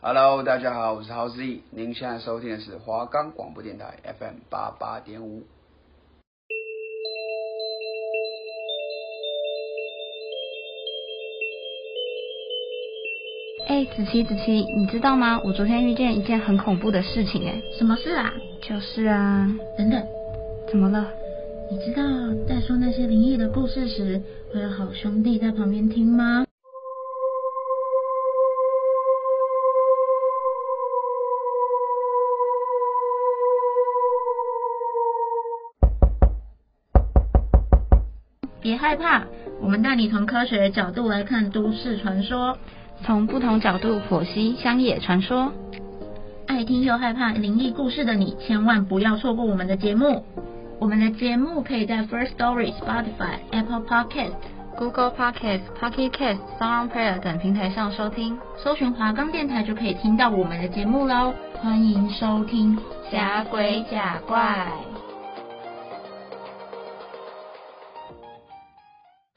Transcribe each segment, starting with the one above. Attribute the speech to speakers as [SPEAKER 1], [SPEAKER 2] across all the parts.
[SPEAKER 1] Hello，大家好，我是豪斯毅，您现在收听的是华冈广播电台 FM 八八点五。
[SPEAKER 2] 哎，子琪，子琪，你知道吗？我昨天遇见一件很恐怖的事情、哎，
[SPEAKER 3] 什么事啊？
[SPEAKER 2] 就是啊，
[SPEAKER 3] 等等，
[SPEAKER 2] 怎么了？
[SPEAKER 3] 你知道在说那些灵异的故事时，会有好兄弟在旁边听吗？别害怕，我们带你从科学角度来看都市传说，
[SPEAKER 2] 从不同角度剖析乡野传说，
[SPEAKER 3] 爱听又害怕灵异故事的你，千万不要错过我们的节目。我们的节目可以在 First Story、Spotify、Apple Podcast、
[SPEAKER 2] Google Podcast、Pocket Cast、Sound On Player 等平台上收听。
[SPEAKER 3] 搜寻华冈电台就可以听到我们的节目喽。欢迎收听《
[SPEAKER 2] 假鬼假怪》。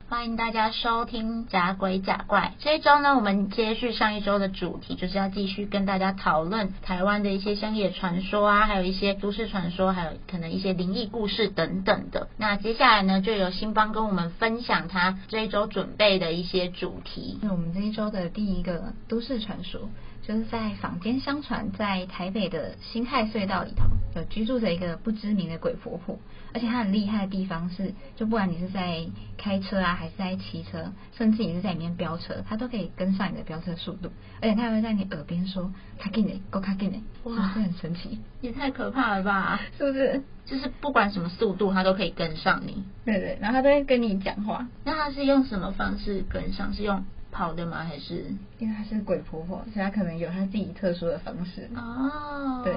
[SPEAKER 3] 欢迎大家收听《假鬼假怪》。这一周呢，我们接续上一周的主题，就是要继续跟大家讨论台湾的一些乡野传说啊，还有一些都市传说，还有可能一些灵异故事等等的。那接下来呢，就由新邦跟我们分享他这一周准备的一些主题。
[SPEAKER 4] 那我们这一周的第一个都市传说，就是在坊间相传，在台北的辛亥隧道里头，有居住着一个不知名的鬼婆婆，而且她很厉害的地方是，就不管你是在开车啊，还是在骑车，甚至你是在里面飙车，她都可以跟上你的飙车速度，而且她还会在你耳边说“卡进呢，够卡进呢”，是不是
[SPEAKER 3] 哇
[SPEAKER 4] 很神奇？
[SPEAKER 3] 也太可怕了吧！
[SPEAKER 4] 是不是？
[SPEAKER 3] 就是不管什么速度，他都可以跟上你。
[SPEAKER 4] 对对，然后她都会跟你讲话，
[SPEAKER 3] 那他是用什么方式跟上？是用跑的吗？还是
[SPEAKER 4] 因为她是鬼婆婆，所以她可能有她自己特殊的方式。
[SPEAKER 3] 哦，
[SPEAKER 4] 对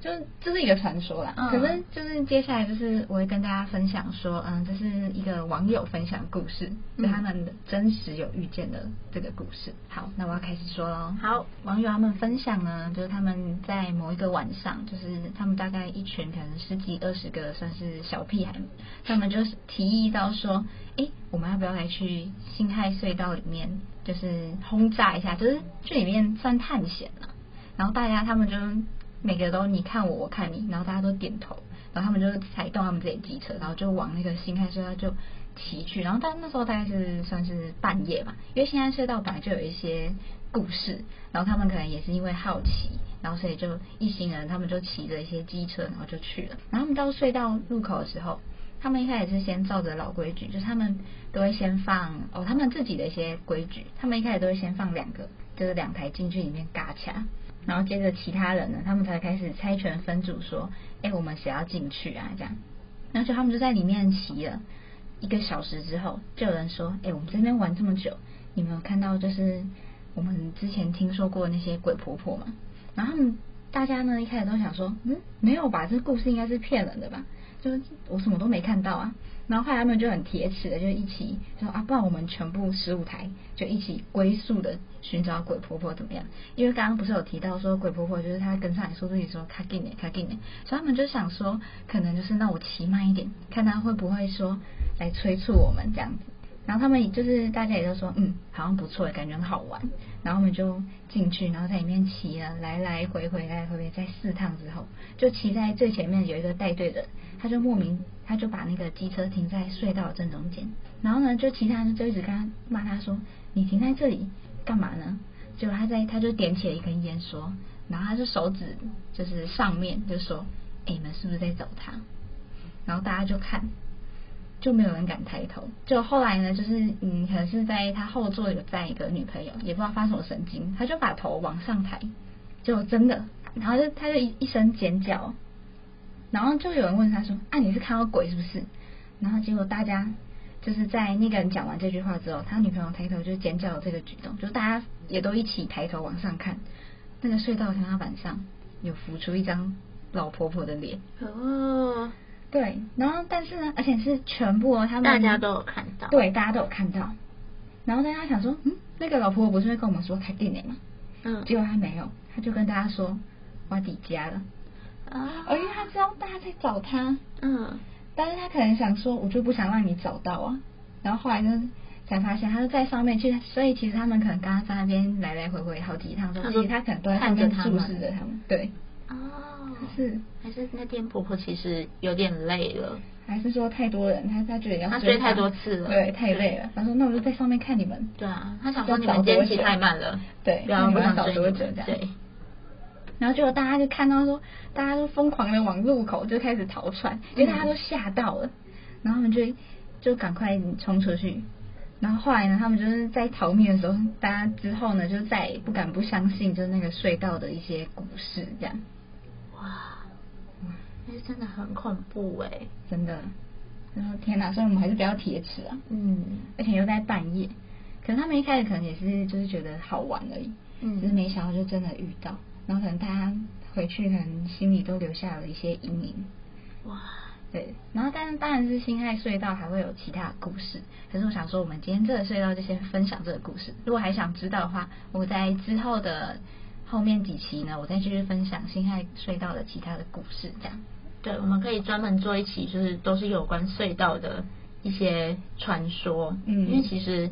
[SPEAKER 4] 就是这是一个传说啦，
[SPEAKER 3] 嗯
[SPEAKER 4] 可是就是接下来就是我会跟大家分享说，嗯，这是一个网友分享故事，
[SPEAKER 3] 嗯
[SPEAKER 4] 就他们真实有遇见的这个故事。好，那我要开始说喽。
[SPEAKER 3] 好，
[SPEAKER 4] 网友他们分享呢，就是他们在某一个晚上，就是他们大概一群可能十几二十个算是小屁孩，他们就是提议到说，诶，我们要不要来去辛亥隧道里面，就是轰炸一下，就是去里面算探险啊。然后大家他们就每个都你看我，我看你，然后大家都点头，然后他们就踩动他们自己的机车，然后就往那个新开隧道就骑去。然后但那时候大概是算是半夜吧，因为新开隧道本来就有一些故事，然后他们可能也是因为好奇，然后所以就一行人他们就骑着一些机车，然后就去了。然后他们到隧道入口的时候，他们一开始是先照着老规矩，就是他们都会先放哦，他们自己的一些规矩，他们一开始都会先放两个，就是两台进去里面嘎掐，然后接着其他人呢，他们才开始猜拳分组说，哎，我们谁要进去啊？这样，然后就他们就在里面骑了一个小时之后，就有人说，哎，我们这边玩这么久，你们有看到就是我们之前听说过那些鬼婆婆吗？然后他们大家呢一开始都想说，嗯，没有吧，这故事应该是骗人的吧？就是我什么都没看到啊。然后后来他们就很铁齿的，就一起就说啊，不然我们全部十五台就一起龟速的寻找鬼婆婆怎么样？因为刚刚不是有提到说鬼婆婆就是她跟上来速度，你说卡进点卡进点，所以他们就想说，可能就是那我骑慢一点，看她会不会说来催促我们这样子。然后他们就是大家也都说，嗯，好像不错，感觉很好玩。然后我们就进去，然后在里面骑了来来回回来来回回，在四趟之后，就骑在最前面有一个带队的人，他就莫名他就把那个机车停在隧道的正中间，然后呢，就其他人就一直跟他骂他说，你停在这里干嘛呢？结果他在他就点起了一根烟说，然后他就手指就是上面就说，哎，你们是不是在找他？然后大家就看，就没有人敢抬头。就后来呢，就是嗯，可能是在他后座有载一个女朋友，也不知道发什么神经，他就把头往上抬，就真的，然后就他就一一声尖叫，然后就有人问他说：“啊，你是看到鬼是不是？”然后结果大家就是在那个人讲完这句话之后，他女朋友抬头就尖叫的这个举动，就大家也都一起抬头往上看，那个隧道的天花板上有浮出一张老婆婆的脸。
[SPEAKER 3] 哦，
[SPEAKER 4] 对，然后但是呢，而且是全部哦，他们
[SPEAKER 3] 大家都有看到。，
[SPEAKER 4] 对，大家都有看到。然后大家想说，嗯，那个老婆婆不是会跟我们说开店呢吗？
[SPEAKER 3] 嗯，
[SPEAKER 4] 结果她没有，她就跟大家说挖底家了，
[SPEAKER 3] 啊，
[SPEAKER 4] 而因为她知道大家在找她，
[SPEAKER 3] 嗯，
[SPEAKER 4] 但是她可能想说，我就不想让你找到啊。然后后来呢，才发现他是在上面去，所以其实他们可能刚刚在那边来来回回好几趟，
[SPEAKER 3] 他
[SPEAKER 4] 都
[SPEAKER 3] 说
[SPEAKER 4] 其实他可能都在上面
[SPEAKER 3] 看着他
[SPEAKER 4] 注
[SPEAKER 3] 们
[SPEAKER 4] 视着他们，对，
[SPEAKER 3] 哦，
[SPEAKER 4] 是
[SPEAKER 3] 还是那店婆婆其实有点累了，
[SPEAKER 4] 还是说太多人，他他觉得要
[SPEAKER 3] 她
[SPEAKER 4] 追
[SPEAKER 3] 追太
[SPEAKER 4] 他
[SPEAKER 3] 多次了
[SPEAKER 4] 对，太累了。他说那我就在上面看你们，
[SPEAKER 3] 对啊，她想
[SPEAKER 4] 要
[SPEAKER 3] 说你们
[SPEAKER 4] 找多
[SPEAKER 3] 坚持
[SPEAKER 4] 久
[SPEAKER 3] 太慢了，
[SPEAKER 4] 对
[SPEAKER 3] 不要
[SPEAKER 4] 你
[SPEAKER 3] 不
[SPEAKER 4] 们
[SPEAKER 3] 想
[SPEAKER 4] 要
[SPEAKER 3] 追
[SPEAKER 4] 找多
[SPEAKER 3] 你
[SPEAKER 4] 久
[SPEAKER 3] 们
[SPEAKER 4] 这样
[SPEAKER 3] 对，
[SPEAKER 4] 然后结果大家就看到说，大家都疯狂的往路口就开始逃窜，
[SPEAKER 3] 嗯
[SPEAKER 4] 因为大家都吓到了，然后他们就就赶快冲出去。然后后来呢，他们就是在逃命的时候，大家之后呢，就再也不敢不相信，就是那个隧道的一些故事，这样
[SPEAKER 3] 哇，那是真的很恐怖哎、
[SPEAKER 4] 真的。然后天哪，所以我们还是不要铁齿啊，
[SPEAKER 3] 嗯
[SPEAKER 4] 而且又在半夜。可是他们一开始可能也是就是觉得好玩而已，只是
[SPEAKER 3] 嗯，
[SPEAKER 4] 没想到就真的遇到，然后可能大家回去可能心里都留下了一些阴影。
[SPEAKER 3] 哇，
[SPEAKER 4] 对，然后但是当然是辛亥隧道还会有其他的故事，可是我想说，我们今天这个隧道就先分享这个故事。如果还想知道的话，我在之后的后面几期呢，我再继续分享辛亥隧道的其他的故事，这样。
[SPEAKER 3] 对，我们可以专门做一期，就是都是有关隧道的一些传说，
[SPEAKER 4] 嗯
[SPEAKER 3] 因为其实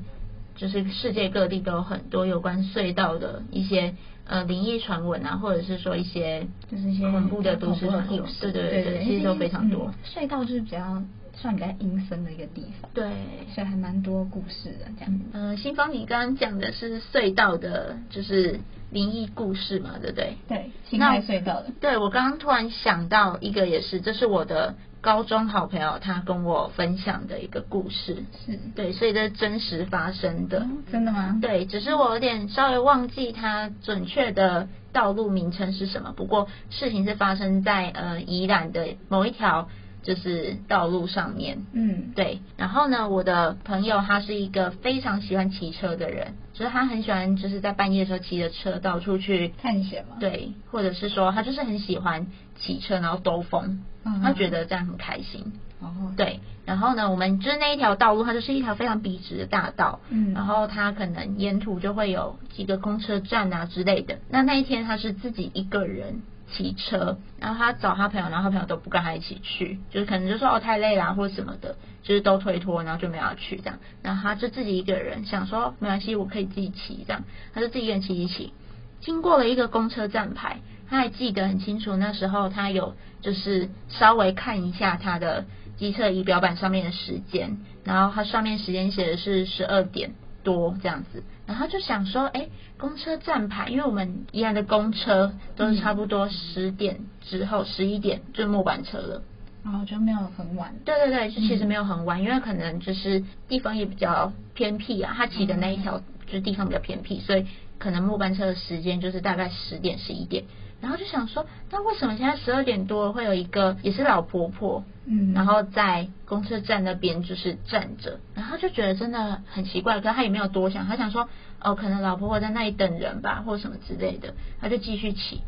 [SPEAKER 3] 就是世界各地都有很多有关隧道的一些呃灵异传闻啊，或者是说一些
[SPEAKER 4] 就是一些
[SPEAKER 3] 恐怖的都市
[SPEAKER 4] 恐怖的
[SPEAKER 3] 传说
[SPEAKER 4] 故，
[SPEAKER 3] 对
[SPEAKER 4] 事，
[SPEAKER 3] 对
[SPEAKER 4] 对
[SPEAKER 3] 对，
[SPEAKER 4] 对，
[SPEAKER 3] 其实都非常多
[SPEAKER 4] 嗯。隧道就是比较算比较阴森的一个地方，
[SPEAKER 3] 对，
[SPEAKER 4] 所以还蛮多故事的这样。
[SPEAKER 3] 呃，新芳，你刚刚讲的是隧道的，就是灵异故事嘛，对不对？
[SPEAKER 4] 对，辛亥隧道的，
[SPEAKER 3] 对，我刚刚突然想到一个，也是，这是我的高中好朋友他跟我分享的一个故事，
[SPEAKER 4] 是
[SPEAKER 3] 对，所以这是真实发生的。
[SPEAKER 4] 哦真的吗？
[SPEAKER 3] 对，只是我有点稍微忘记它准确的道路名称是什么。不过事情是发生在呃宜兰的某一条就是道路上面。
[SPEAKER 4] 嗯，
[SPEAKER 3] 对，然后呢，我的朋友他是一个非常喜欢骑车的人，就是他很喜欢就是在半夜的时候骑着车到处去
[SPEAKER 4] 探险嘛，，
[SPEAKER 3] 对，或者是说他就是很喜欢骑车，然后兜风，
[SPEAKER 4] 嗯
[SPEAKER 3] 他觉得这样很开心。
[SPEAKER 4] 哦，
[SPEAKER 3] 对，然后呢，我们就是那一条道路，它就是一条非常笔直的大道，
[SPEAKER 4] 嗯
[SPEAKER 3] 然后它可能沿途就会有几个公车站啊之类的。那那一天他是自己一个人骑车，然后他找他朋友，然后他朋友都不跟他一起去，就是可能就说哦太累啦或者什么的，就是都推脱，然后就没有要去这样。然后他就自己一个人想说没关系，我可以自己骑这样，他就自己一个人骑一骑，经过了一个公车站牌，他还记得很清楚，那时候他有就是稍微看一下他的机测仪表板上面的时间，然后它上面时间写的是十二点多这样子，然后就想说，哎，公车站牌，因为我们宜兰的公车都是差不多十点之后，十一点就末班车了。
[SPEAKER 4] 然后就没有很晚，
[SPEAKER 3] 嗯对对对，就其实没有很晚，因为可能就是地方也比较偏僻啊，他骑的那一条就是地方比较偏僻，所以可能末班车的时间就是大概十点十一点。然后就想说，那为什么现在十二点多会有一个也是老婆婆，
[SPEAKER 4] 嗯
[SPEAKER 3] 然后在公车站那边就是站着，然后就觉得真的很奇怪，可是他也没有多想，他想说哦，可能老婆婆在那里等人吧，或什么之类的，他就继续骑。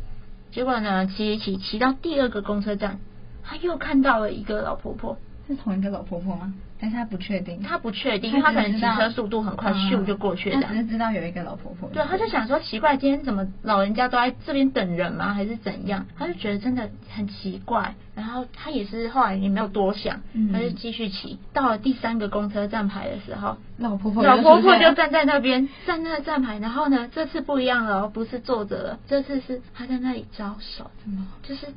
[SPEAKER 3] 结果呢，骑一骑骑到第二个公车站，他又看到了一个老婆婆，
[SPEAKER 4] 是同一个老婆婆吗？但是她不确定，
[SPEAKER 3] 他不确定，因为他可能骑车速度很快，咻就过去了这
[SPEAKER 4] 他只是
[SPEAKER 3] 样。
[SPEAKER 4] 知道有一个老婆婆。
[SPEAKER 3] 对，他就想说奇怪，今天怎么老人家都在这边等人吗？还是怎样？他就觉得真的很奇怪。然后他也是后来也没有多想
[SPEAKER 4] 嗯，
[SPEAKER 3] 他就继续骑。到了第三个公车站牌的时候，
[SPEAKER 4] 老婆婆，
[SPEAKER 3] 老婆婆就站在那边，站那个站牌。然后呢，这次不一样了哦，不是坐着了，这次是他在那里招手。
[SPEAKER 4] 什么？
[SPEAKER 3] 就是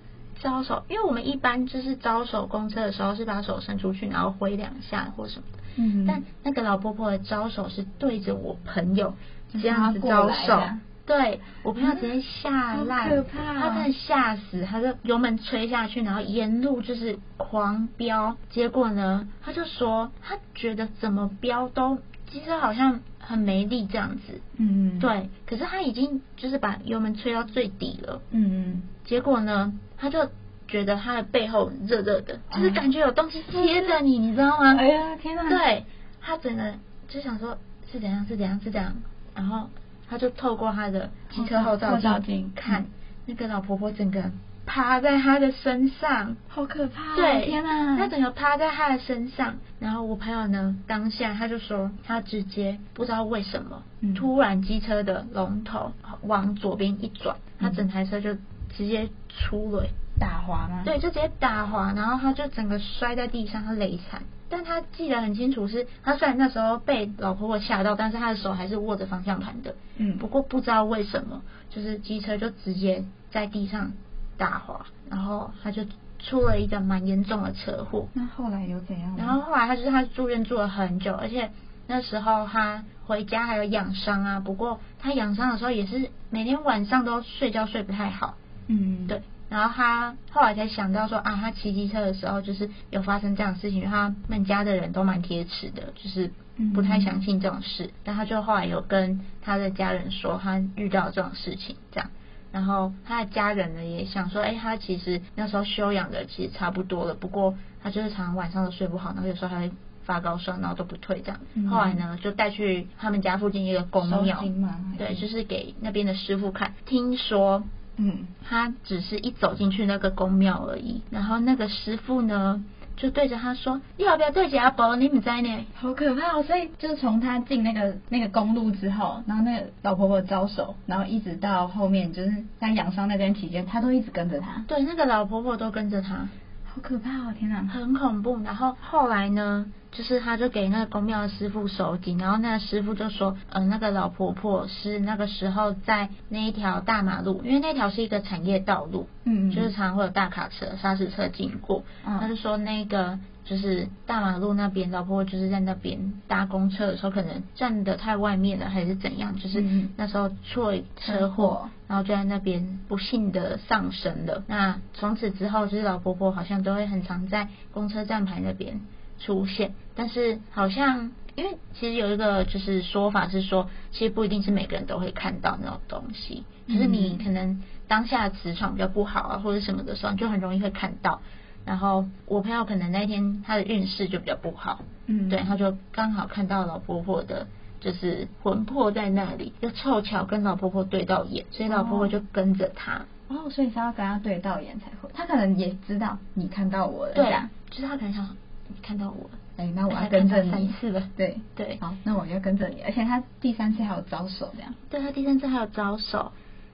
[SPEAKER 3] 招手，因为我们一般就是招手公车的时候是把手伸出去，然后挥两下或什么的。
[SPEAKER 4] 嗯
[SPEAKER 3] 但那个老婆婆的招手是对着我朋友这样子
[SPEAKER 4] 就是嗯她过
[SPEAKER 3] 招
[SPEAKER 4] 来
[SPEAKER 3] 手
[SPEAKER 4] 的，
[SPEAKER 3] 对我朋友直接吓烂，
[SPEAKER 4] 好可怕哦
[SPEAKER 3] 他真的吓死，他就油门吹下去，然后沿路就是狂飙，结果呢，他就说他觉得怎么飙都其实好像很没力这样子，
[SPEAKER 4] 嗯，
[SPEAKER 3] 对，可是他已经就是把油门吹到最底了。
[SPEAKER 4] 嗯
[SPEAKER 3] 结果呢，他就觉得他的背后热热的，就是感觉有东西贴着你，你知道吗？
[SPEAKER 4] 哎嗯，哎呀，天哪！，
[SPEAKER 3] 对他整个就想说是怎样是怎样是怎样，然后他就透过他的机车后照
[SPEAKER 4] 后哦照镜
[SPEAKER 3] 镜看
[SPEAKER 4] 嗯
[SPEAKER 3] 那个老婆婆整个趴在他的身上，
[SPEAKER 4] 好可怕哦！
[SPEAKER 3] 啊对，
[SPEAKER 4] 天哪！
[SPEAKER 3] 他整个趴在他的身上，然后我朋友呢，当下他就说，他直接不知道为什么，
[SPEAKER 4] 嗯
[SPEAKER 3] 突然机车的龙头往左边一转，他
[SPEAKER 4] 嗯
[SPEAKER 3] 整台车就直接出了
[SPEAKER 2] 打滑吗？
[SPEAKER 3] 对，就直接打滑，然后他就整个摔在地上，他累惨。但他记得很清楚是，他虽然那时候被老婆婆吓到，但是他的手还是握着方向盘的。
[SPEAKER 4] 嗯
[SPEAKER 3] 不过不知道为什么，就是机车就直接在地上打滑，然后他就出了一个蛮严重的车祸。
[SPEAKER 4] 那后来有怎样？
[SPEAKER 3] 然后，后来他就是他住院住了很久，而且那时候他回家还有养伤啊。不过他养伤的时候也是每天晚上都睡觉睡不太好，
[SPEAKER 4] 嗯，
[SPEAKER 3] 对，。然后他后来才想到说啊，他骑机车的时候就是有发生这样的事情，因为他们家的人都蛮铁齿的，就是
[SPEAKER 4] 嗯
[SPEAKER 3] 不太相信这种事。但他就后来有跟他的家人说他遇到这种事情这样。然后他的家人呢也想说，哎，他其实那时候休养的其实差不多了，不过他就是常常晚上都睡不好，然后有时候还会发高烧，然后都不退这样。
[SPEAKER 4] 嗯
[SPEAKER 3] 后来呢就带去他们家附近一个公
[SPEAKER 4] 烧
[SPEAKER 3] 庙
[SPEAKER 4] 金吗，还
[SPEAKER 3] 对，
[SPEAKER 4] 是
[SPEAKER 3] 就是给那边的师傅看。听说
[SPEAKER 4] 嗯，
[SPEAKER 3] 他只是一走进去那个宫庙而已，然后那个师傅呢就对着他说：“你要不要对着阿伯？你们在呢
[SPEAKER 4] 好可怕哦！所以就是从他进那个那个公路之后，然后那个老婆婆招手，然后一直到后面就是他养伤那段期间，他都一直跟着他？”，
[SPEAKER 3] 对，那个老婆婆都跟着他，
[SPEAKER 4] 好可怕哦！天哪，
[SPEAKER 3] 很恐怖。然后后来呢，就是他就给那个宫庙的师傅手机，然后那个师傅就说：“呃，那个老婆婆是那个时候在那一条大马路，因为那条是一个产业道路，
[SPEAKER 4] 嗯，
[SPEAKER 3] 就是常常会有大卡车、砂石车经过。
[SPEAKER 4] 嗯
[SPEAKER 3] 他就说那个就是大马路那边，老婆婆就是在那边搭公车的时候，可能站的太外面了，还是怎样，就是
[SPEAKER 4] 嗯
[SPEAKER 3] 那时候出了车
[SPEAKER 4] 车
[SPEAKER 3] 祸
[SPEAKER 4] 祸，
[SPEAKER 3] 然后就在那边不幸的丧生了。那从此之后，就是老婆婆好像都会很常在公车站牌那边出现，但是好像。因为其实有一个就是说法是说，其实不一定是每个人都会看到那种东西，就是你
[SPEAKER 4] 嗯
[SPEAKER 3] 可能当下的磁场比较不好啊，或者什么的时候，你就很容易会看到。然后我朋友可能那天他的运势就比较不好，
[SPEAKER 4] 嗯
[SPEAKER 3] 对，他就刚好看到老婆婆的，就是魂魄在那里，就凑巧跟老婆婆对到眼，所以老婆婆
[SPEAKER 4] 哦
[SPEAKER 3] 就跟着他。
[SPEAKER 4] 哦，所以是要跟他对到眼才会，他可能也知道你看到我了，
[SPEAKER 3] 对啊
[SPEAKER 4] 这样，
[SPEAKER 3] 就是他可能想说你看到我了，
[SPEAKER 4] 哎，那我
[SPEAKER 3] 他
[SPEAKER 4] 要
[SPEAKER 3] 看
[SPEAKER 4] 跟
[SPEAKER 3] 到
[SPEAKER 4] 着
[SPEAKER 3] 三
[SPEAKER 4] 你，
[SPEAKER 3] 次了，
[SPEAKER 4] 对
[SPEAKER 3] 对
[SPEAKER 4] 好，那我要跟着你，而且他第三次还有招手这样，
[SPEAKER 3] 对他第三次还有招手。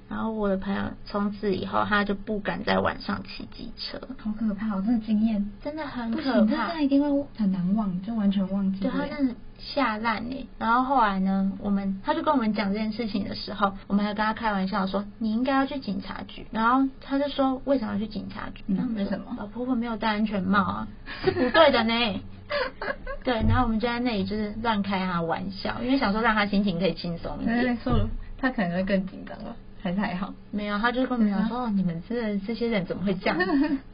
[SPEAKER 3] 然后我的朋友从此以后，他就不敢在晚上骑机车，
[SPEAKER 4] 好可怕哦，这个经验
[SPEAKER 3] 真的很
[SPEAKER 4] 不
[SPEAKER 3] 可
[SPEAKER 4] 行，这
[SPEAKER 3] 怕。
[SPEAKER 4] 样一定会很难忘，就完全忘记
[SPEAKER 3] 对
[SPEAKER 4] 了。
[SPEAKER 3] 他真的吓烂呢。然后后来呢，我们他就跟我们讲这件事情的时候，我们还跟他开玩笑说你应该要去警察局。然后他就说为什么要去警察局？
[SPEAKER 4] 嗯
[SPEAKER 3] 然后我们就
[SPEAKER 4] 为什么
[SPEAKER 3] 老婆婆没有戴安全帽 啊，是不对的呢。对，然后我们就在那里就是乱开他的玩笑，因为想说让他心情可以轻松一
[SPEAKER 4] 对对
[SPEAKER 3] 点。
[SPEAKER 4] 说了，他可能会更紧张了，还是还好。
[SPEAKER 3] 没有，他就跟我们讲说、哦，你们这这些人怎么会 这样？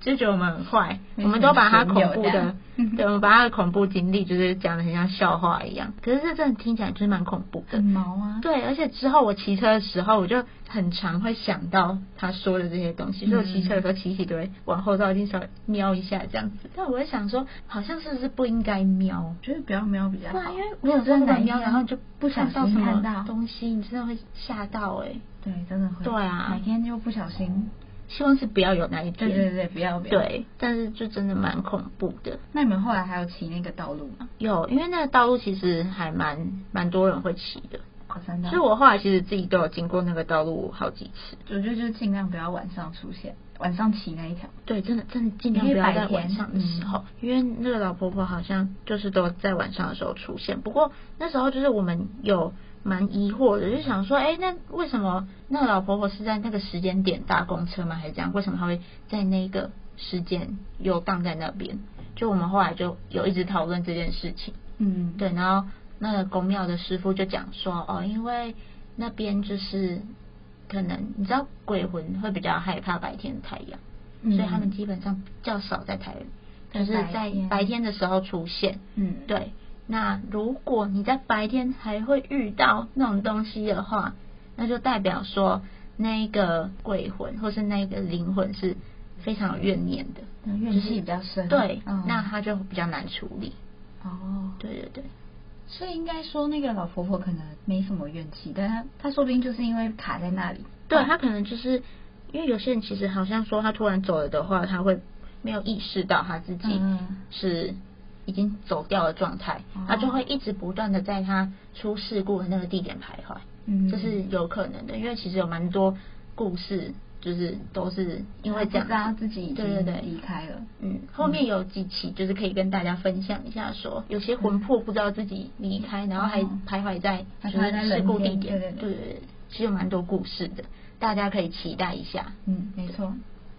[SPEAKER 3] 就觉得我们很坏，我
[SPEAKER 4] 没
[SPEAKER 3] 们都把他
[SPEAKER 4] 什
[SPEAKER 3] 恐
[SPEAKER 4] 么朋友
[SPEAKER 3] 怖
[SPEAKER 4] 这
[SPEAKER 3] 嗯的
[SPEAKER 4] 样，
[SPEAKER 3] 对，我们把他的恐怖经历就是讲的很像笑话一样。可是这真的听起来就是蛮恐怖的
[SPEAKER 4] 很。毛啊，
[SPEAKER 3] 对，而且之后我骑车的时候，我就很常会想到他说的这些东西，所以我骑车的时候骑一骑都会往后照镜稍微瞄一下这样子。但我会想说，好像是不是不应该瞄？
[SPEAKER 4] 觉得不要瞄比较
[SPEAKER 3] 对啊，
[SPEAKER 4] 好，
[SPEAKER 3] 因为
[SPEAKER 4] 如果
[SPEAKER 3] 有时候
[SPEAKER 4] 真的哪一
[SPEAKER 3] 瞄，
[SPEAKER 4] 天
[SPEAKER 3] 然后就
[SPEAKER 4] 不小
[SPEAKER 3] 看到
[SPEAKER 4] 心
[SPEAKER 3] 什
[SPEAKER 4] 看
[SPEAKER 3] 么
[SPEAKER 4] 到，
[SPEAKER 3] 东西，你真的会吓到哎、
[SPEAKER 4] 对，真的会，
[SPEAKER 3] 对啊
[SPEAKER 4] 哪天又不小心，
[SPEAKER 3] 希望是不要有那一天。
[SPEAKER 4] 对对对，不要不要。，
[SPEAKER 3] 对但是就真的蛮恐怖的。
[SPEAKER 4] 那你们后来还有骑那个道路吗？
[SPEAKER 3] 有，因为那个道路其实还蛮蛮多人会骑的，
[SPEAKER 4] 哦，真的，
[SPEAKER 3] 所以我后来其实自己都有经过那个道路好几次。
[SPEAKER 4] 我觉得就是尽量不要晚上出现，晚上骑那一条。
[SPEAKER 3] 对，真的真的尽量不要在晚上嗯的时候，因为那个老婆婆好像就是都在晚上的时候出现。不过那时候就是我们有蛮疑惑的，就想说，哎，那为什么那个老婆婆是在那个时间点搭公车吗？还是怎样？为什么她会在那个时间游荡在那边？就我们后来就有一直讨论这件事情。
[SPEAKER 4] 嗯，
[SPEAKER 3] 对，然后那个公庙的师傅就讲说，哦，因为那边就是可能你知道鬼魂会比较害怕白天的太阳，
[SPEAKER 4] 嗯
[SPEAKER 3] 所以他们基本上比较少在台，就
[SPEAKER 4] 在
[SPEAKER 3] 是在
[SPEAKER 4] 白天
[SPEAKER 3] 白天的时候出现。
[SPEAKER 4] 嗯，
[SPEAKER 3] 对，那如果你在白天还会遇到那种东西的话，那就代表说那一个鬼魂或是那一个灵魂是非常有怨念的，
[SPEAKER 4] 嗯怨气比较深
[SPEAKER 3] 对，
[SPEAKER 4] 嗯
[SPEAKER 3] 那他就比较难处理。
[SPEAKER 4] 哦，
[SPEAKER 3] 对对对。
[SPEAKER 4] 所以应该说那个老婆婆可能没什么怨气，但她她说不定就是因为卡在那里，
[SPEAKER 3] 对他可能就是因为有些人其实好像说他突然走了的话，他会没有意识到他自己
[SPEAKER 4] 嗯
[SPEAKER 3] 是已经走掉的状态，
[SPEAKER 4] 哦
[SPEAKER 3] 他就会一直不断的在他出事故的那个地点徘徊，
[SPEAKER 4] 嗯
[SPEAKER 3] 这是有可能的，因为其实有蛮多故事就是都是因为这
[SPEAKER 4] 他
[SPEAKER 3] 样
[SPEAKER 4] 知道自己已
[SPEAKER 3] 对对对
[SPEAKER 4] 经离开了。
[SPEAKER 3] 嗯，后面有几期就是可以跟大家分享一下说，有些魂魄不知道自己离开，然后还
[SPEAKER 4] 嗯
[SPEAKER 3] 徘徊在
[SPEAKER 4] 还
[SPEAKER 3] 就
[SPEAKER 4] 徘徊在
[SPEAKER 3] 是事
[SPEAKER 4] 人
[SPEAKER 3] 故地
[SPEAKER 4] 间
[SPEAKER 3] 点，
[SPEAKER 4] 对对
[SPEAKER 3] 对对，其实有蛮多故事的，大家可以期待一下。
[SPEAKER 4] 嗯，没错。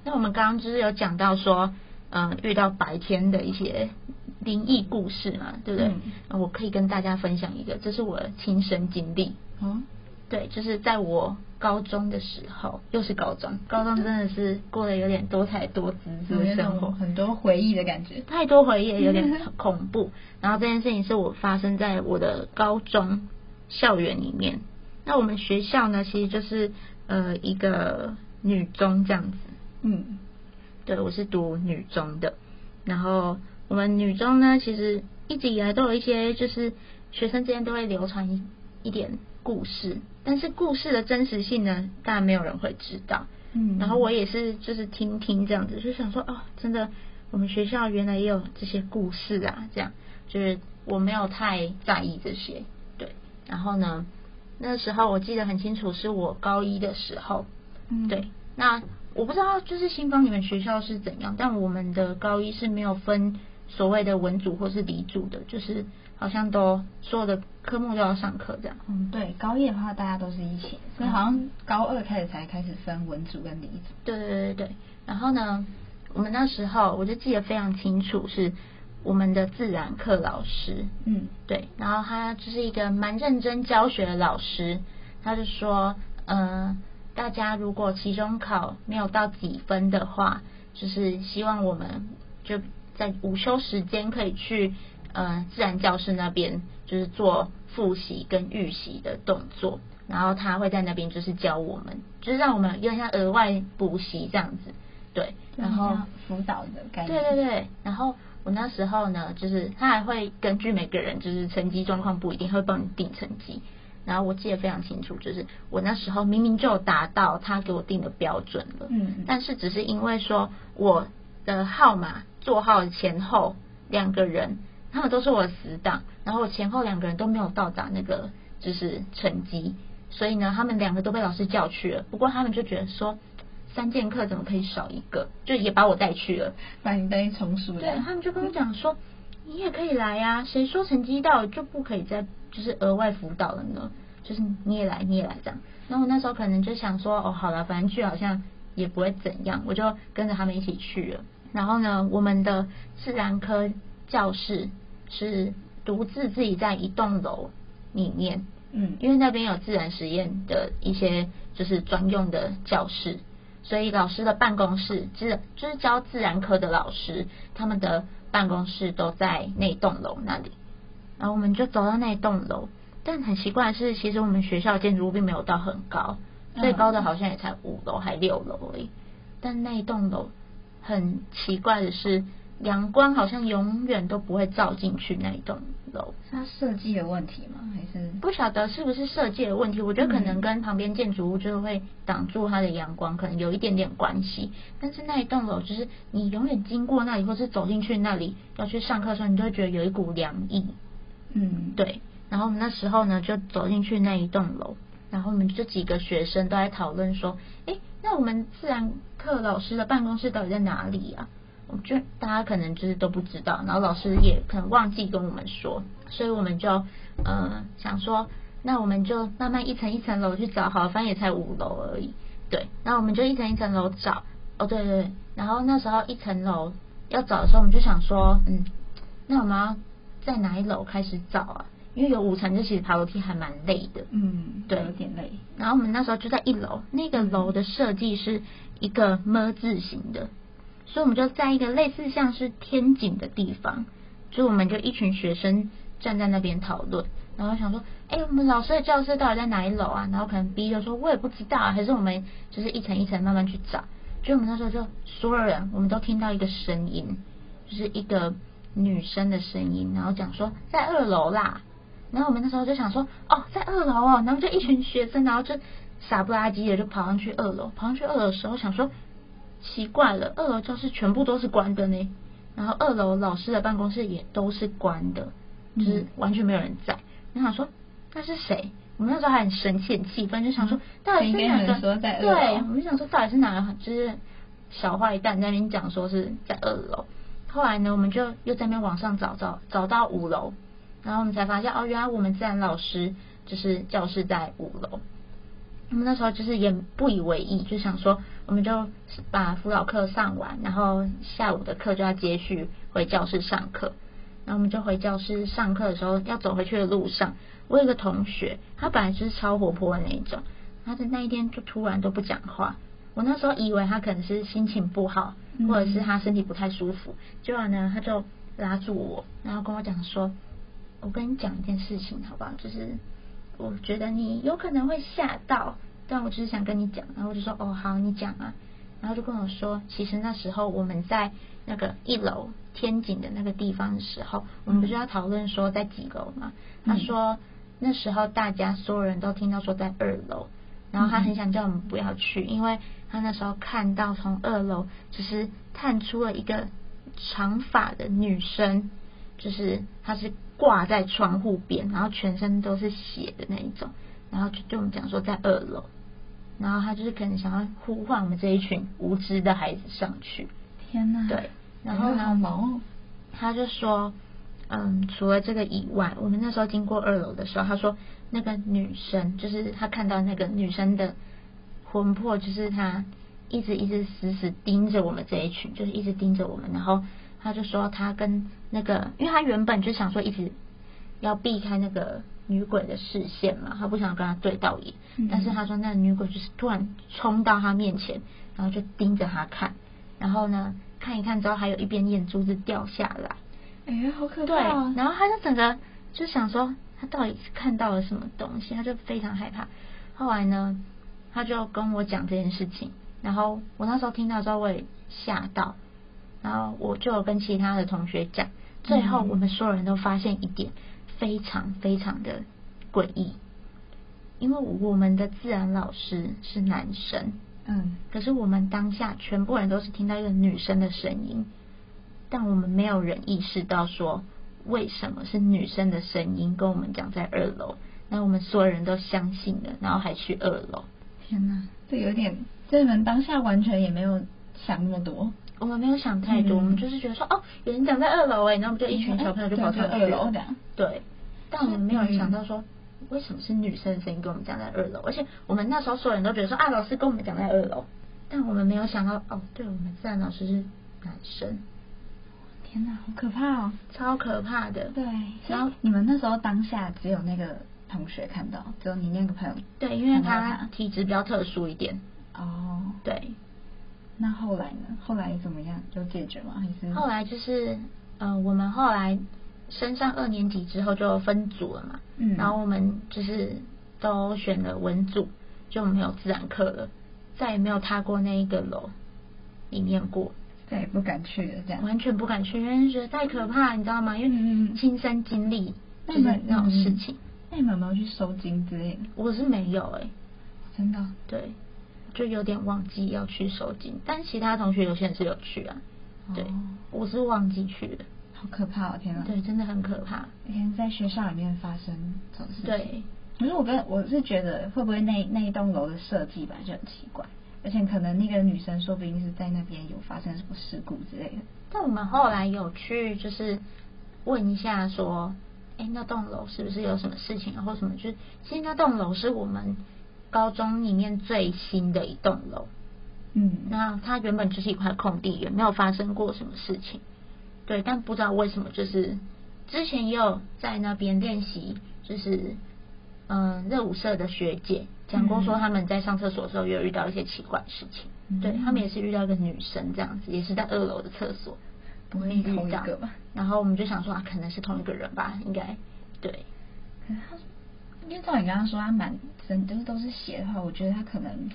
[SPEAKER 3] 那我们刚刚就是有讲到说，嗯、遇到白天的一些灵异故事嘛，对不对？
[SPEAKER 4] 嗯
[SPEAKER 3] 呃我可以跟大家分享一个，这是我的亲身经历。
[SPEAKER 4] 哦，
[SPEAKER 3] 对，就是在我高中的时候，又是高中，高中真的是过得有点多才多姿
[SPEAKER 4] 有
[SPEAKER 3] 的
[SPEAKER 4] 一
[SPEAKER 3] 生活
[SPEAKER 4] 种，很多回忆的感觉。
[SPEAKER 3] 太多回忆了有点恐怖。然后这件事情是我发生在我的高中校园里面。那我们学校呢，其实就是呃一个女中这样子，
[SPEAKER 4] 嗯，
[SPEAKER 3] 对我是读女中的。然后我们女中呢，其实一直以来都有一些就是学生之间都会流传一一点故事，但是故事的真实性呢，当然没有人会知道。
[SPEAKER 4] 嗯
[SPEAKER 3] 然后我也是就是听听这样子，就想说哦，真的，我们学校原来也有这些故事啊，这样就是我没有太在意这些，对。然后呢，那时候我记得很清楚，是我高一的时候，
[SPEAKER 4] 嗯
[SPEAKER 3] 对，那我不知道就是新方你们学校是怎样，但我们的高一是没有分所谓的文组或是理组的，就是好像都所有的科目都要上课这样。
[SPEAKER 4] 嗯，对，高一的话大家都是一起，所以好像高二开始才开始分文组跟理组。
[SPEAKER 3] 对对对对。对，然后呢，我们那时候我就记得非常清楚，是我们的自然课老师，
[SPEAKER 4] 嗯，
[SPEAKER 3] 对，然后他就是一个蛮认真教学的老师，他就说，呃，大家如果期中考没有到几分的话，就是希望我们就在午休时间可以去呃自然教室那边，就是做复习跟预习的动作，然后他会在那边就是教我们，就是让我们有点像额外补习这样子，对，然后。
[SPEAKER 4] 辅导的概
[SPEAKER 3] 对
[SPEAKER 4] 念。
[SPEAKER 3] 对对，然后我那时候呢，就是他还会根据每个人就是成绩状况不一定，会帮你定成绩。然后我记得非常清楚，就是我那时候明明就有达到他给我定的标准了，
[SPEAKER 4] 嗯嗯
[SPEAKER 3] 但是只是因为说我的号码座号前后两个人，他们都是我的死党，然后我前后两个人都没有到达那个就是成绩，所以呢，他们两个都被老师叫去了。不过他们就觉得说，三剑客怎么可以少一个，就也把我带去了。
[SPEAKER 4] 把你当成熟的。
[SPEAKER 3] 对他们就跟我讲说，你也可以来呀、谁说成绩到了就不可以再就是额外辅导了呢？就是你也来，你也来这样。然后我那时候可能就想说，哦，好了，反正去好像也不会怎样，我就跟着他们一起去了。然后呢，我们的自然科教室是独自自己在一栋楼里面，
[SPEAKER 4] 嗯，
[SPEAKER 3] 因为那边有自然实验的一些就是专用的教室，所以老师的办公室，自就是教自然科的老师，他们的办公室都在那栋楼那里。然后我们就走到那栋楼，但很奇怪的是，其实我们学校建筑物并没有到很高，
[SPEAKER 4] 嗯
[SPEAKER 3] 最高的好像也才五楼还六楼而已。但那一栋楼很奇怪的是，阳光好像永远都不会照进去那一栋楼。
[SPEAKER 4] 是他设计的问题吗？还是
[SPEAKER 3] 不晓得是不是设计的问题，我觉得可能跟旁边建筑物就是会挡住它的阳光，可能有一点点关系。但是那一栋楼就是你永远经过那里，或是走进去那里要去上课的时候，你都会觉得有一股凉意。
[SPEAKER 4] 嗯，
[SPEAKER 3] 对，然后我们那时候呢就走进去那一栋楼，然后我们这几个学生都在讨论说，诶，那我们自然课老师的办公室到底在哪里啊？我觉得大家可能就是都不知道，然后老师也可能忘记跟我们说，所以我们就呃想说，那我们就慢慢一层一层楼去找，好了，反正也才五楼而已，对，然后我们就一层一层楼找，哦对对对，然后那时候一层楼要找的时候，我们就想说，嗯，那我们要在哪一楼开始找啊？因为有五层，就其实爬楼梯还蛮累的。
[SPEAKER 4] 嗯，
[SPEAKER 3] 对
[SPEAKER 4] 有点累。
[SPEAKER 3] 然后我们那时候就在一楼，那个楼的设计是一个么字形的，所以我们就在一个类似像是天井的地方，就我们就一群学生站在那边讨论，然后想说，哎，我们老师的教室到底在哪一楼啊？然后可能 B 就说，我也不知道、啊，还是我们就是一层一层慢慢去找。就我们那时候就所有人，我们都听到一个声音，就是一个女生的声音，然后讲说在二楼啦。然后我们那时候就想说，哦，在二楼哦，然后就一群学生，然后就傻不拉几的就跑上去二楼，跑上去二楼的时候想说，奇怪了，二楼教室全部都是关的呢，然后二楼老师的办公室也都是关的，就是
[SPEAKER 4] 嗯
[SPEAKER 3] 完全没有人在。我想说那是谁？我们那时候还很生气、很气愤，就想说
[SPEAKER 4] 嗯
[SPEAKER 3] 到底是
[SPEAKER 4] 谁跟
[SPEAKER 3] 哪
[SPEAKER 4] 你
[SPEAKER 3] 个
[SPEAKER 4] 们说在二
[SPEAKER 3] 对，
[SPEAKER 4] 楼
[SPEAKER 3] 我们想说到底是哪个就是小坏蛋在那边讲说是在二楼。后来呢，我们就又在那边往上找，找找到五楼，然后我们才发现哦，原来我们自然老师就是教室在五楼。我们那时候就是也不以为意，就想说我们就把辅导课上完，然后下午的课就要接续回教室上课。然后我们就回教室上课的时候，要走回去的路上，我有个同学，他本来就是超活泼的那一种，他的那一天就突然都不讲话。我那时候以为他可能是心情不好，
[SPEAKER 4] 嗯
[SPEAKER 3] 或者是他身体不太舒服，结果呢，他就拉住我，然后跟我讲说：“我跟你讲一件事情，好不好？就是我觉得你有可能会吓到，啊但我只是想跟你讲。”然后我就说：“哦，好，你讲啊。”然后就跟我说，其实那时候我们在那个一楼天井的那个地方的时候，我们不是要讨论说在几楼嘛？他说那时候大家所有人都听到说在二楼，然后他很想叫我们不要去，因为他那时候看到从二楼就是探出了一个长发的女生，就是她是挂在窗户边，然后全身都是血的那一种，然后就对我们讲说在二楼。然后他就是可能想要呼唤我们这一群无知的孩子上去，
[SPEAKER 4] 天哪！
[SPEAKER 3] 对然后
[SPEAKER 4] 哎
[SPEAKER 3] 呢
[SPEAKER 4] 好毛哦，
[SPEAKER 3] 他就说，嗯，除了这个以外，我们那时候经过二楼的时候，他说那个女生，就是他看到那个女生的魂魄，就是他一直一直死死盯着我们这一群，就是一直盯着我们，然后他就说他跟那个，因为他原本就想说一直要避开那个女鬼的视线嘛，他不想跟她对到眼，
[SPEAKER 4] 嗯
[SPEAKER 3] 但是他说那个女鬼就是突然冲到他面前，然后就盯着他看，然后呢看一看之后，还有一边眼珠子掉下来，
[SPEAKER 4] 哎呀，好可怕
[SPEAKER 3] 对，
[SPEAKER 4] 哦！
[SPEAKER 3] 然后他就整个就想说他到底是看到了什么东西，他就非常害怕。后来呢，他就跟我讲这件事情，然后我那时候听到之后我也吓到，然后我就有跟其他的同学讲，最后
[SPEAKER 4] 嗯
[SPEAKER 3] 我们所有人都发现一点非常非常的诡异，因为我们的自然老师是男生，
[SPEAKER 4] 嗯，
[SPEAKER 3] 可是我们当下全部人都是听到一个女生的声音，但我们没有人意识到说为什么是女生的声音跟我们讲在二楼，那我们所有人都相信了，然后还去二楼，
[SPEAKER 4] 天哪，这有点，这你们当下完全也没有想那么多，
[SPEAKER 3] 我们没有想太多，
[SPEAKER 4] 嗯
[SPEAKER 3] 我们就是觉得说哦，有人讲在二楼哎，然后我们就一群小朋友就跑上去
[SPEAKER 4] 嗯对就二楼这样
[SPEAKER 3] 对，但我们没有人想到
[SPEAKER 4] 嗯
[SPEAKER 3] 说。为什么是女生的声音跟我们讲在二楼？而且我们那时候所有人都觉得说啊，老师跟我们讲在二楼，但我们没有想到哦，对我们自然老师是男生，
[SPEAKER 4] 天哪，好可怕哦！
[SPEAKER 3] 超可怕的。
[SPEAKER 4] 对，
[SPEAKER 3] 然
[SPEAKER 4] 然
[SPEAKER 3] 后
[SPEAKER 4] 后你们那时候当下只有那个同学看到，只有你那个朋友
[SPEAKER 3] 对，因为
[SPEAKER 4] 看到
[SPEAKER 3] 他体质比较特殊一点，
[SPEAKER 4] 哦，
[SPEAKER 3] 对。
[SPEAKER 4] 那后来呢？后来怎么样？有解决吗？还是
[SPEAKER 3] 后来就是，呃，我们后来升上二年级之后就分组了嘛，
[SPEAKER 4] 嗯
[SPEAKER 3] 然后我们就是都选了文组，就没有自然课了，再也没有踏过那一个楼里面过，
[SPEAKER 4] 再也不敢去了这样？
[SPEAKER 3] 完全不敢去，因为觉得太可怕，你知道吗？因
[SPEAKER 4] 嗯嗯
[SPEAKER 3] 为
[SPEAKER 4] 嗯
[SPEAKER 3] 亲身经历
[SPEAKER 4] 那
[SPEAKER 3] 就
[SPEAKER 4] 你
[SPEAKER 3] 是
[SPEAKER 4] 们
[SPEAKER 3] 那种事情，
[SPEAKER 4] 嗯那你们有没有去收金之类的？
[SPEAKER 3] 我是没有哎、
[SPEAKER 4] 真的哦，
[SPEAKER 3] 对，就有点忘记要去收金，但其他同学有些人是有去啊，对，
[SPEAKER 4] 哦
[SPEAKER 3] 我是忘记去了，
[SPEAKER 4] 好可怕哦！天哪，
[SPEAKER 3] 对，，真的很可怕，
[SPEAKER 4] 以前在学校里面发生这种事情，
[SPEAKER 3] 对，
[SPEAKER 4] 可是我跟我是觉得，会不会那那一栋楼的设计吧就很奇怪，而且可能那个女生说不定是在那边有发生什么事故之类的。
[SPEAKER 3] 但我们后来有去就是问一下说，哎，那栋楼是不是有什么事情啊，或什么？就是其实那栋楼是我们高中里面最新的一栋楼，
[SPEAKER 4] 嗯，
[SPEAKER 3] 那它原本就是一块空地，也没有发生过什么事情。对，但不知道为什么，就是之前也有在那边练习，就是嗯热舞社的学姐讲过，说
[SPEAKER 4] 嗯
[SPEAKER 3] 他们在上厕所的时候也有遇到一些奇怪的事情。
[SPEAKER 4] 嗯
[SPEAKER 3] 对他们也是遇到一个女生这样子，也是在二楼的厕所，
[SPEAKER 4] 不会
[SPEAKER 3] 遇
[SPEAKER 4] 是同一
[SPEAKER 3] 到
[SPEAKER 4] 个吧？
[SPEAKER 3] 然后我们就想说啊，可能是同一个人吧，应该对。
[SPEAKER 4] 可是他，因为照你刚刚说，他满身就是都是血的话，我觉得他可能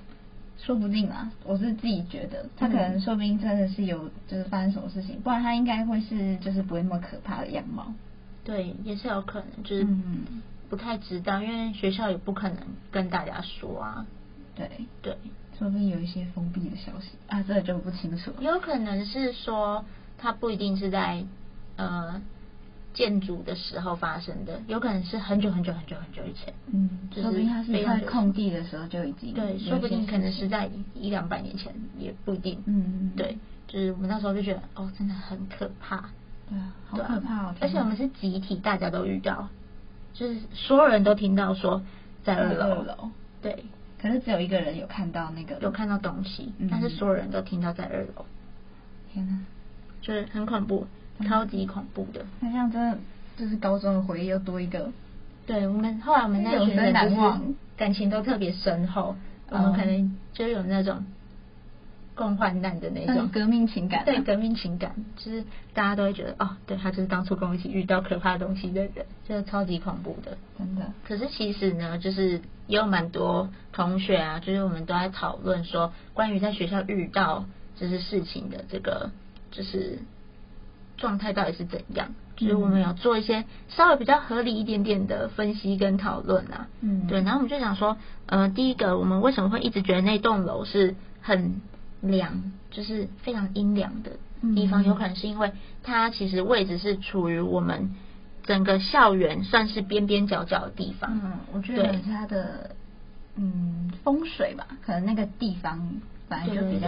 [SPEAKER 4] 说不定啊，我是自己觉得，他可能说不定真的是有就是发生什么事情，不然他应该会是就是不会那么可怕的样貌。
[SPEAKER 3] 对，也是有可能，就是
[SPEAKER 4] 嗯
[SPEAKER 3] 不太知道，因为学校也不可能跟大家说啊。
[SPEAKER 4] 对，
[SPEAKER 3] 对，
[SPEAKER 4] 说不定有一些封闭的消息啊，这就不清楚了。
[SPEAKER 3] 也有可能是说他不一定是在呃建筑的时候发生的，有可能是很久很久很久很久以前。
[SPEAKER 4] 嗯，
[SPEAKER 3] 就是
[SPEAKER 4] 说不定它是
[SPEAKER 3] 非常
[SPEAKER 4] 块
[SPEAKER 3] 久
[SPEAKER 4] 空地的时候就已经有
[SPEAKER 3] 对，
[SPEAKER 4] 一些
[SPEAKER 3] 说不定可能
[SPEAKER 4] 事情
[SPEAKER 3] 是在一两百年前，也不一定。
[SPEAKER 4] 嗯，嗯
[SPEAKER 3] 对，就是我们那时候就觉得，哦，真的很可怕，
[SPEAKER 4] 对啊，好
[SPEAKER 3] 对啊
[SPEAKER 4] 可怕哦！
[SPEAKER 3] 而且我们
[SPEAKER 4] 是
[SPEAKER 3] 是集体，大家都遇到，就是所有人都听到说在二楼，
[SPEAKER 4] 二楼，
[SPEAKER 3] 对，
[SPEAKER 4] 可是只有一个人有看到那个，
[SPEAKER 3] 有看到东西，
[SPEAKER 4] 嗯
[SPEAKER 3] 但是所有人都听到在二楼，
[SPEAKER 4] 天哪，
[SPEAKER 3] 就是很恐怖，
[SPEAKER 4] 嗯
[SPEAKER 3] 超级恐怖的。
[SPEAKER 4] 那这样真的就是高中的回忆又多一个，
[SPEAKER 3] 对我们后来我们那一群
[SPEAKER 4] 永生
[SPEAKER 3] 人
[SPEAKER 4] 难
[SPEAKER 3] 就是
[SPEAKER 4] 忘
[SPEAKER 3] 感情都特别深厚，我
[SPEAKER 4] 哦
[SPEAKER 3] 们可能就有那种共患难的那
[SPEAKER 4] 算是
[SPEAKER 3] 种
[SPEAKER 4] 革命情感啊
[SPEAKER 3] 嗯对革命情感，就是大家都会觉得哦，对他就是当初跟我一起遇到可怕的东西的人，就是超级恐怖的。
[SPEAKER 4] 真的，
[SPEAKER 3] 可是其实呢，就是也有蛮多同学啊，就是我们都在讨论说，关于在学校遇到就是事情的这个就是状态到底是怎样，就是我们有做一些稍微比较合理一点点的分析跟讨论啊。
[SPEAKER 4] 嗯
[SPEAKER 3] 对，然后我们就想说，呃，第一个，我们为什么会一直觉得那栋楼是很凉，就是非常阴凉的地方？
[SPEAKER 4] 嗯
[SPEAKER 3] 有可能是因为它其实位置是处于我们整个校园算是边边角角的地方。
[SPEAKER 4] 嗯，我觉得
[SPEAKER 3] 对
[SPEAKER 4] 是它的嗯风水吧，可能那个地方本来就比
[SPEAKER 3] 对
[SPEAKER 4] 较
[SPEAKER 3] 对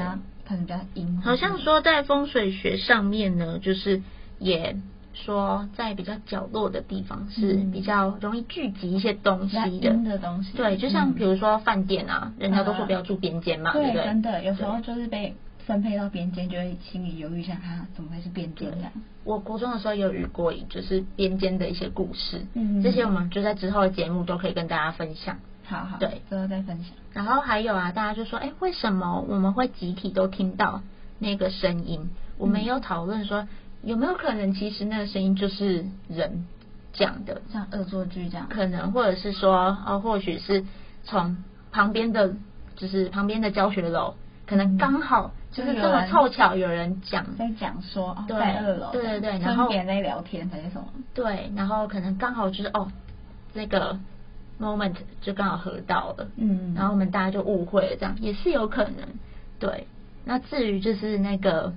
[SPEAKER 4] 可能比较阴，
[SPEAKER 3] 好像说在风水学上面呢，就是也说在比较角落的地方是
[SPEAKER 4] 嗯
[SPEAKER 3] 比较容易聚集一些东
[SPEAKER 4] 比
[SPEAKER 3] 西
[SPEAKER 4] 较
[SPEAKER 3] 的。
[SPEAKER 4] 阴的东西，
[SPEAKER 3] 对，就像
[SPEAKER 4] 嗯
[SPEAKER 3] 比如说饭店啊，人家都说不要住边间嘛，对
[SPEAKER 4] 对，
[SPEAKER 3] 不对？
[SPEAKER 4] 真的有时候
[SPEAKER 3] 对
[SPEAKER 4] 就是被分配到边间，就会心里犹豫一下，它怎么会是边间这样？
[SPEAKER 3] 我国中的时候也有遇过，就是边间的一些故事，
[SPEAKER 4] 嗯
[SPEAKER 3] 这些我们就在之后的节目都可以跟大家分享。
[SPEAKER 4] 好好，
[SPEAKER 3] 对
[SPEAKER 4] 之后再分享。
[SPEAKER 3] 然后还有啊，大家就说，哎，为什么我们会集体都听到那个声音？我们也有讨论说，有没有可能其实那个声音就是人讲的，
[SPEAKER 4] 像恶作剧这样，
[SPEAKER 3] 可能或者是说，哦，或许是从旁边的，就是旁边的教学楼，可能刚好就是这么凑巧有人讲
[SPEAKER 4] 在讲说哦，
[SPEAKER 3] 对
[SPEAKER 4] 在二楼，
[SPEAKER 3] 对对对然
[SPEAKER 4] 然
[SPEAKER 3] 后
[SPEAKER 4] 后别人在聊天还是什么，
[SPEAKER 3] 对，然后可能刚好就是哦，那个 moment 就刚好合到了，
[SPEAKER 4] 嗯
[SPEAKER 3] 然后我们大家就误会了，这样也是有可能。对，那至于就是那个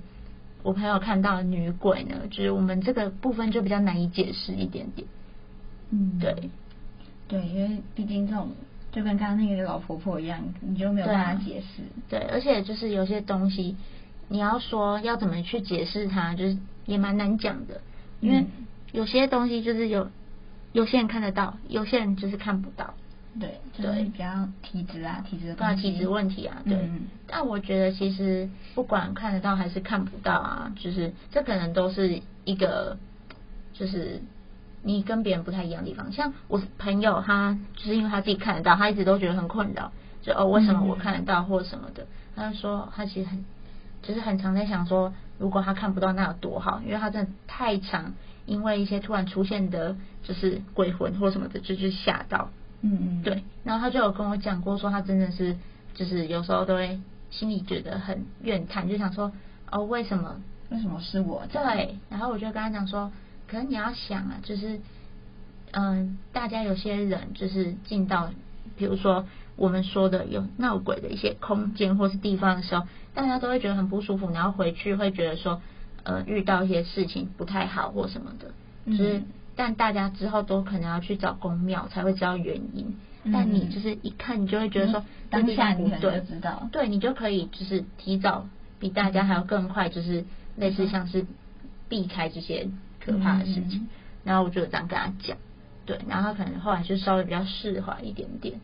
[SPEAKER 3] 我朋友看到的女鬼呢，就是我们这个部分就比较难以解释一点点。
[SPEAKER 4] 嗯，
[SPEAKER 3] 对，
[SPEAKER 4] 对，因为毕竟这种就跟刚刚那个老婆婆一样，你就没有
[SPEAKER 3] 对啊
[SPEAKER 4] 办法解释，
[SPEAKER 3] 对，而且就是有些东西，你要说要怎么去解释它，就是也蛮难讲的，因为
[SPEAKER 4] 嗯
[SPEAKER 3] 有些东西就是有有些人看得到，有些人就是看不到。
[SPEAKER 4] 对，就是
[SPEAKER 3] 对
[SPEAKER 4] 比较体质啊，体质的
[SPEAKER 3] 对啊，
[SPEAKER 4] 东西，
[SPEAKER 3] 体质问题啊，对。
[SPEAKER 4] 嗯
[SPEAKER 3] 但我觉得其实不管看得到还是看不到啊，就是这可能都是一个，就是你跟别人不太一样的地方。像我朋友他就是因为他自己看得到，他一直都觉得很困扰，就哦为什么我看得到或什么的，他就说他其实很就是很常在想说，如果他看不到那有多好，因为他真的太常因为一些突然出现的就是鬼魂或什么的，就去吓到。
[SPEAKER 4] 嗯嗯，
[SPEAKER 3] 对，然后他就有跟我讲过，说他真的是就是有时候都会心里觉得很怨叹，就想说哦为什么？
[SPEAKER 4] 为什么是我？
[SPEAKER 3] 对，然后我就跟他讲说，可是你要想啊，就是嗯、大家有些人就是进到，比如说我们说的有闹鬼的一些空间或是地方的时候，大家都会觉得很不舒服，然后回去会觉得说，呃，遇到一些事情不太好或什么的，就是、
[SPEAKER 4] 嗯
[SPEAKER 3] 但大家之后都可能要去找公庙才会知道原因。
[SPEAKER 4] 嗯
[SPEAKER 3] 但你就是一看，你就会觉得说
[SPEAKER 4] 嗯，
[SPEAKER 3] 这地方
[SPEAKER 4] 当下你
[SPEAKER 3] 不
[SPEAKER 4] 可能
[SPEAKER 3] 对
[SPEAKER 4] 就知道
[SPEAKER 3] 对你就可以就是提早比大家还要更快，就是类似像是避开这些可怕的事情。
[SPEAKER 4] 嗯
[SPEAKER 3] 然后我就这样跟他讲，对，然后他可能后来就稍微比较释怀一点点，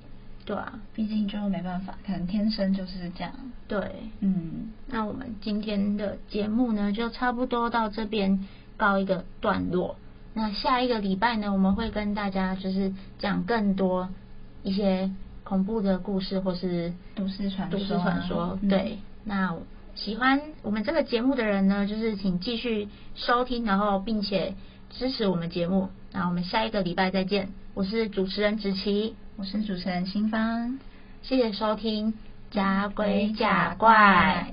[SPEAKER 3] 对啊，
[SPEAKER 4] 毕竟就没办法，可能天生就是这样，
[SPEAKER 3] 对，
[SPEAKER 4] 嗯，
[SPEAKER 3] 那我们今天的节目呢，就差不多到这边告一个段落。那下一个礼拜呢，我们会跟大家就是讲更多一些恐怖的故事或是
[SPEAKER 4] 都市传
[SPEAKER 3] 都
[SPEAKER 4] 说啊，
[SPEAKER 3] 市传说。
[SPEAKER 4] 嗯
[SPEAKER 3] 对，，那喜欢我们这个节目的人呢，就是请继续收听，然后并且支持我们节目。那我们下一个礼拜再见，我是主持人子琪，
[SPEAKER 4] 我是主持人新芳。
[SPEAKER 3] 谢谢收听《假鬼假怪》。